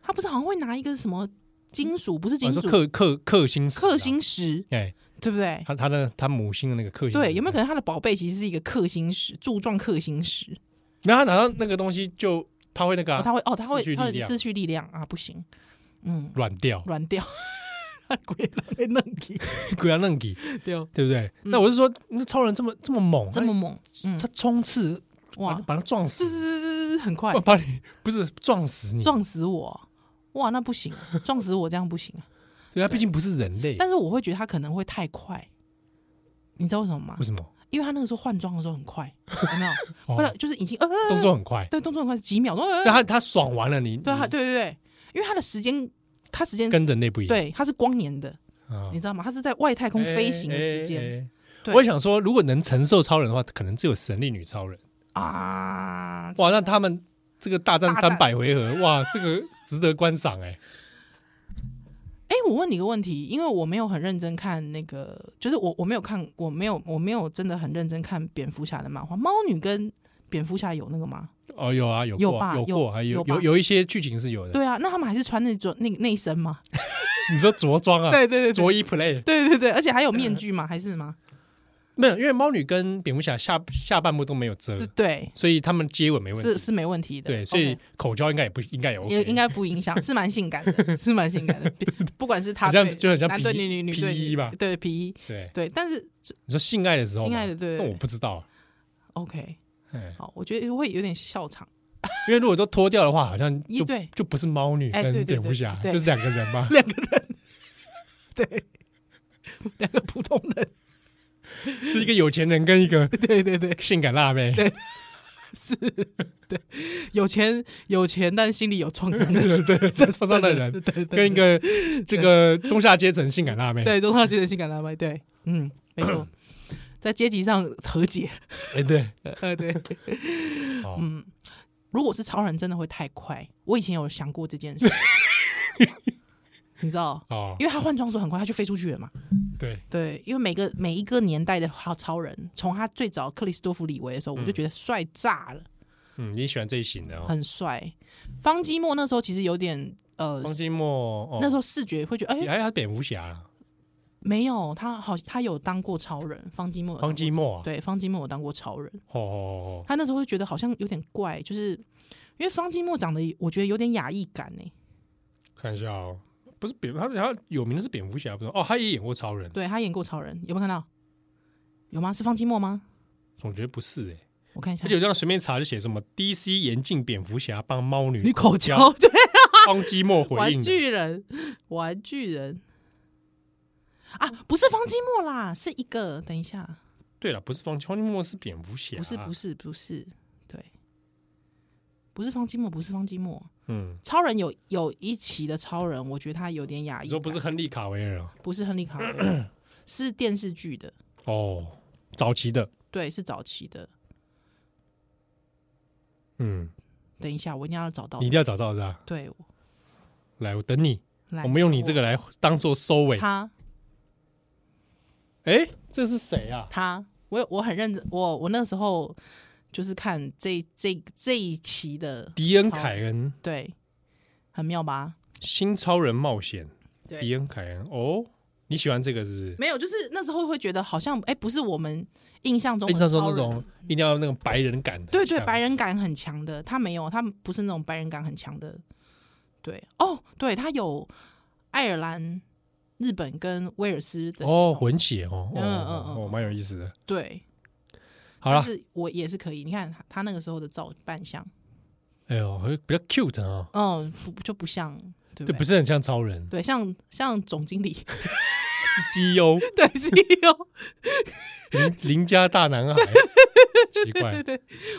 [SPEAKER 2] 他不是好像会拿一个什么金属，不是
[SPEAKER 1] 我
[SPEAKER 2] 金
[SPEAKER 1] 哦说
[SPEAKER 2] 属，
[SPEAKER 1] 克克克星石啊
[SPEAKER 2] 氪星，石，
[SPEAKER 1] 哎，
[SPEAKER 2] 对不对？
[SPEAKER 1] 他他的他母星的那个克星，
[SPEAKER 2] 对，有没有可？能他的宝贝其实是一个氪星石，柱状氪星石？
[SPEAKER 1] 然后他拿到那个东西就他会那个啊，
[SPEAKER 2] 哦，他会哦，他
[SPEAKER 1] 失去
[SPEAKER 2] 会他
[SPEAKER 1] 力
[SPEAKER 2] 会
[SPEAKER 1] 量
[SPEAKER 2] 失去力量啊，不行，嗯，
[SPEAKER 1] 软掉，
[SPEAKER 2] 软掉， 鬼了被弄起，
[SPEAKER 1] 鬼要弄给，
[SPEAKER 2] 对，
[SPEAKER 1] 对不对？那我是说，那超人这么这么猛，
[SPEAKER 2] 嗯这么猛，嗯
[SPEAKER 1] 哎他，冲刺哇，把
[SPEAKER 2] 哇
[SPEAKER 1] 他，把他撞
[SPEAKER 2] 滋
[SPEAKER 1] 死，
[SPEAKER 2] 滋滋滋很快
[SPEAKER 1] 不 把你不是撞死你，
[SPEAKER 2] 撞死我，哇，那不行，撞死我这样不 行啊。
[SPEAKER 1] 对他毕竟不是人类，
[SPEAKER 2] 但是我会觉得他可能会太快，你知道为什么吗
[SPEAKER 1] 为？什么？
[SPEAKER 2] 因为他那个时候换装的时候很 快，有没有？
[SPEAKER 1] 哦
[SPEAKER 2] 后来就是已经呃，
[SPEAKER 1] 动作很快，
[SPEAKER 2] 对，动作很快，几秒钟，呃
[SPEAKER 1] 就他他爽完了你，
[SPEAKER 2] 对，他
[SPEAKER 1] 你
[SPEAKER 2] 对对对，因为他的时间，他时间
[SPEAKER 1] 跟人类不一样，
[SPEAKER 2] 对，他是光年的，
[SPEAKER 1] 啊
[SPEAKER 2] 你知道吗？他是在外太空飞行的时
[SPEAKER 1] 哎哎
[SPEAKER 2] 间
[SPEAKER 1] 哎
[SPEAKER 2] 对
[SPEAKER 1] 我也想说，如果能承受超人的话，可能只有神力女超人。
[SPEAKER 2] 啊，
[SPEAKER 1] 哇，那他们这个大战
[SPEAKER 2] 大
[SPEAKER 1] 三
[SPEAKER 2] 战
[SPEAKER 1] 百回合，哇，这个值得观赏哎、
[SPEAKER 2] 哎，我问你个问题，因为我没有很认真看那个，就是我我没有看，我没有我没有真的很认真看蝙蝠侠的漫画，猫女跟蝙蝠侠有那个吗？
[SPEAKER 1] 哦，有啊，有
[SPEAKER 2] 有
[SPEAKER 1] 过啊，
[SPEAKER 2] 吧
[SPEAKER 1] 有
[SPEAKER 2] 有
[SPEAKER 1] 过，还有
[SPEAKER 2] 有吧
[SPEAKER 1] 有有一些剧情是有的。
[SPEAKER 2] 对啊，那他们还是穿那种那那一身吗？
[SPEAKER 1] 你说着装啊，
[SPEAKER 2] 对对
[SPEAKER 1] 着衣 play
[SPEAKER 2] 对对对，而且还有面具吗？还是吗？
[SPEAKER 1] 没有，因为猫女跟蝙蝠侠下下半部都没有遮，
[SPEAKER 2] 这对，
[SPEAKER 1] 所以他们接吻没问
[SPEAKER 2] 是
[SPEAKER 1] 题。
[SPEAKER 2] 是没问题的。
[SPEAKER 1] 对，所以
[SPEAKER 2] OK
[SPEAKER 1] 口交应该也不应该也 OK，
[SPEAKER 2] 也应该不影响，是蛮性感的，是蛮 性感的。不管是他
[SPEAKER 1] 很像
[SPEAKER 2] 对
[SPEAKER 1] 就很像
[SPEAKER 2] 男
[SPEAKER 1] P-
[SPEAKER 2] 对女女女对
[SPEAKER 1] PE
[SPEAKER 2] 女
[SPEAKER 1] 吧
[SPEAKER 2] 对 P 一
[SPEAKER 1] 对。
[SPEAKER 2] 对，但是
[SPEAKER 1] 你说性爱的时候吗，哦
[SPEAKER 2] 亲爱的对
[SPEAKER 1] 那
[SPEAKER 2] 对
[SPEAKER 1] 我
[SPEAKER 2] 对
[SPEAKER 1] 不知道，
[SPEAKER 2] OK
[SPEAKER 1] 哎，
[SPEAKER 2] 好，我觉得会有点笑场。
[SPEAKER 1] 因为如果都脱掉的话，好像
[SPEAKER 2] 也
[SPEAKER 1] 就
[SPEAKER 2] 对
[SPEAKER 1] 就不是猫女
[SPEAKER 2] 哎对
[SPEAKER 1] 跟
[SPEAKER 2] 对对
[SPEAKER 1] 蝙蝠侠，
[SPEAKER 2] 对
[SPEAKER 1] 就是两个人嘛。
[SPEAKER 2] 两个人，对，两个普通人，
[SPEAKER 1] 就一个有钱人跟一个
[SPEAKER 2] 对对对，
[SPEAKER 1] 性感辣妹，对
[SPEAKER 2] 有钱有钱，但心里有创伤的，
[SPEAKER 1] 对 对，受伤的人跟一个这个中下阶层性感辣妹，
[SPEAKER 2] 对，中上阶级性感浪漫，对， 嗯，没 错，在阶级上和解，
[SPEAKER 1] 哎对，
[SPEAKER 2] 呃，对，
[SPEAKER 1] 哦
[SPEAKER 2] 嗯， 如果是超人，真的会太快。我以前有想过这件事，你知道，
[SPEAKER 1] 哦，
[SPEAKER 2] 因为他换装的时候很快，他就飞出去了嘛。
[SPEAKER 1] 对，
[SPEAKER 2] 对，因为每个每一个年代的好超人，从他最早克里斯多夫·李维的时候，我就觉得帅炸了，
[SPEAKER 1] 嗯，你喜欢这一型的哦。
[SPEAKER 2] 很帅。方基莫那时候其实有点呃，
[SPEAKER 1] 方金墨哦，
[SPEAKER 2] 那时候视觉会觉得，哎、
[SPEAKER 1] 还有他蝙蝠侠啊，
[SPEAKER 2] 没有，他好，他有当过超人，方基莫有当过。
[SPEAKER 1] 方金墨啊，
[SPEAKER 2] 对，方基莫有当过超人，
[SPEAKER 1] 哦哦哦，
[SPEAKER 2] 他那时候会觉得好像有点怪，就是因为方基莫长得我觉得有点亚裔感欸呢、
[SPEAKER 1] 看一下哦，不是蝙，他他有名的是蝙蝠侠，不是哦，他也演过超人，
[SPEAKER 2] 对他演过超人，有没有看到？有吗？是方基莫吗？
[SPEAKER 1] 总觉得不是哎，
[SPEAKER 2] 我看一下
[SPEAKER 1] 而且，我这样随便查就写什么 DC 严禁蝙蝠侠帮猫女
[SPEAKER 2] 女口
[SPEAKER 1] 交
[SPEAKER 2] 交，对，
[SPEAKER 1] 方基墨回
[SPEAKER 2] 玩
[SPEAKER 1] 应的，
[SPEAKER 2] 具人，玩具人啊，不是方基莫啦，是一个。等一下，
[SPEAKER 1] 对了，不是方方基墨是蝙蝠侠，
[SPEAKER 2] 不是，不
[SPEAKER 1] 是，
[SPEAKER 2] 是，不是，对，不是方基莫，不是方基莫。
[SPEAKER 1] 嗯，
[SPEAKER 2] 超人有有一期的超人，我觉得他有点亚
[SPEAKER 1] 你
[SPEAKER 2] 裔
[SPEAKER 1] 说
[SPEAKER 2] 感，
[SPEAKER 1] 不是亨利卡维尔哦
[SPEAKER 2] 不是亨利卡维尔， 是电视剧的，
[SPEAKER 1] 哦，早期的，
[SPEAKER 2] 对，是早期的。
[SPEAKER 1] 嗯，
[SPEAKER 2] 等一下，我一定要找到
[SPEAKER 1] 你一。定要找到是吧？
[SPEAKER 2] 对，我
[SPEAKER 1] 来，我等你，
[SPEAKER 2] 来，
[SPEAKER 1] 我们用你这个来当做收尾。
[SPEAKER 2] 他
[SPEAKER 1] 哎，这是谁啊？
[SPEAKER 2] 他，我有我很认真，我我那时候就是看这这这一期的
[SPEAKER 1] 迪恩
[SPEAKER 2] 超
[SPEAKER 1] 凯恩，
[SPEAKER 2] 对，很妙吧？
[SPEAKER 1] 新超人冒险，
[SPEAKER 2] 对
[SPEAKER 1] 迪恩凯恩，哦，你喜欢这个是不是？
[SPEAKER 2] 没有，就是那时候会觉得好像，哎、不是我们印象中
[SPEAKER 1] 印象中
[SPEAKER 2] 的
[SPEAKER 1] 那
[SPEAKER 2] 超人
[SPEAKER 1] 种一定要那种白人感很强，
[SPEAKER 2] 对对白人感很强的，他没有，他不是那种白人感很强的。对，哦，对他有爱尔兰、日本跟威尔斯的
[SPEAKER 1] 哦，混血哦，哦
[SPEAKER 2] 嗯嗯嗯
[SPEAKER 1] 哦，蛮有意思的。
[SPEAKER 2] 对，
[SPEAKER 1] 好
[SPEAKER 2] 但
[SPEAKER 1] 了，
[SPEAKER 2] 是我也是可以。你看他他那个时候的照扮相，
[SPEAKER 1] 哎呦，比较 cute 啊，
[SPEAKER 2] 嗯，不就不像，
[SPEAKER 1] 这
[SPEAKER 2] 对
[SPEAKER 1] 不
[SPEAKER 2] 不对？
[SPEAKER 1] 是很像超 人
[SPEAKER 2] 对，像像总经理，
[SPEAKER 1] CEO
[SPEAKER 2] 对 E CEO，
[SPEAKER 1] 邻邻家大男 孩，奇怪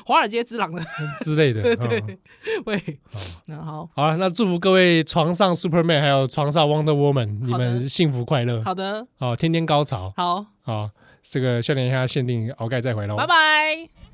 [SPEAKER 2] 华尔街之狼的，
[SPEAKER 1] 之类的。嗯
[SPEAKER 2] 喂，嗯，好
[SPEAKER 1] 好了，那祝福各位床上 Superman 还有床上 Wonder Woman，你
[SPEAKER 2] 好的
[SPEAKER 1] 们幸福快乐，哦
[SPEAKER 2] 好的，
[SPEAKER 1] 好，天天高潮哦
[SPEAKER 2] 好，
[SPEAKER 1] 啊！这个笑脸一下限定鳌盖再回喽，
[SPEAKER 2] 拜拜。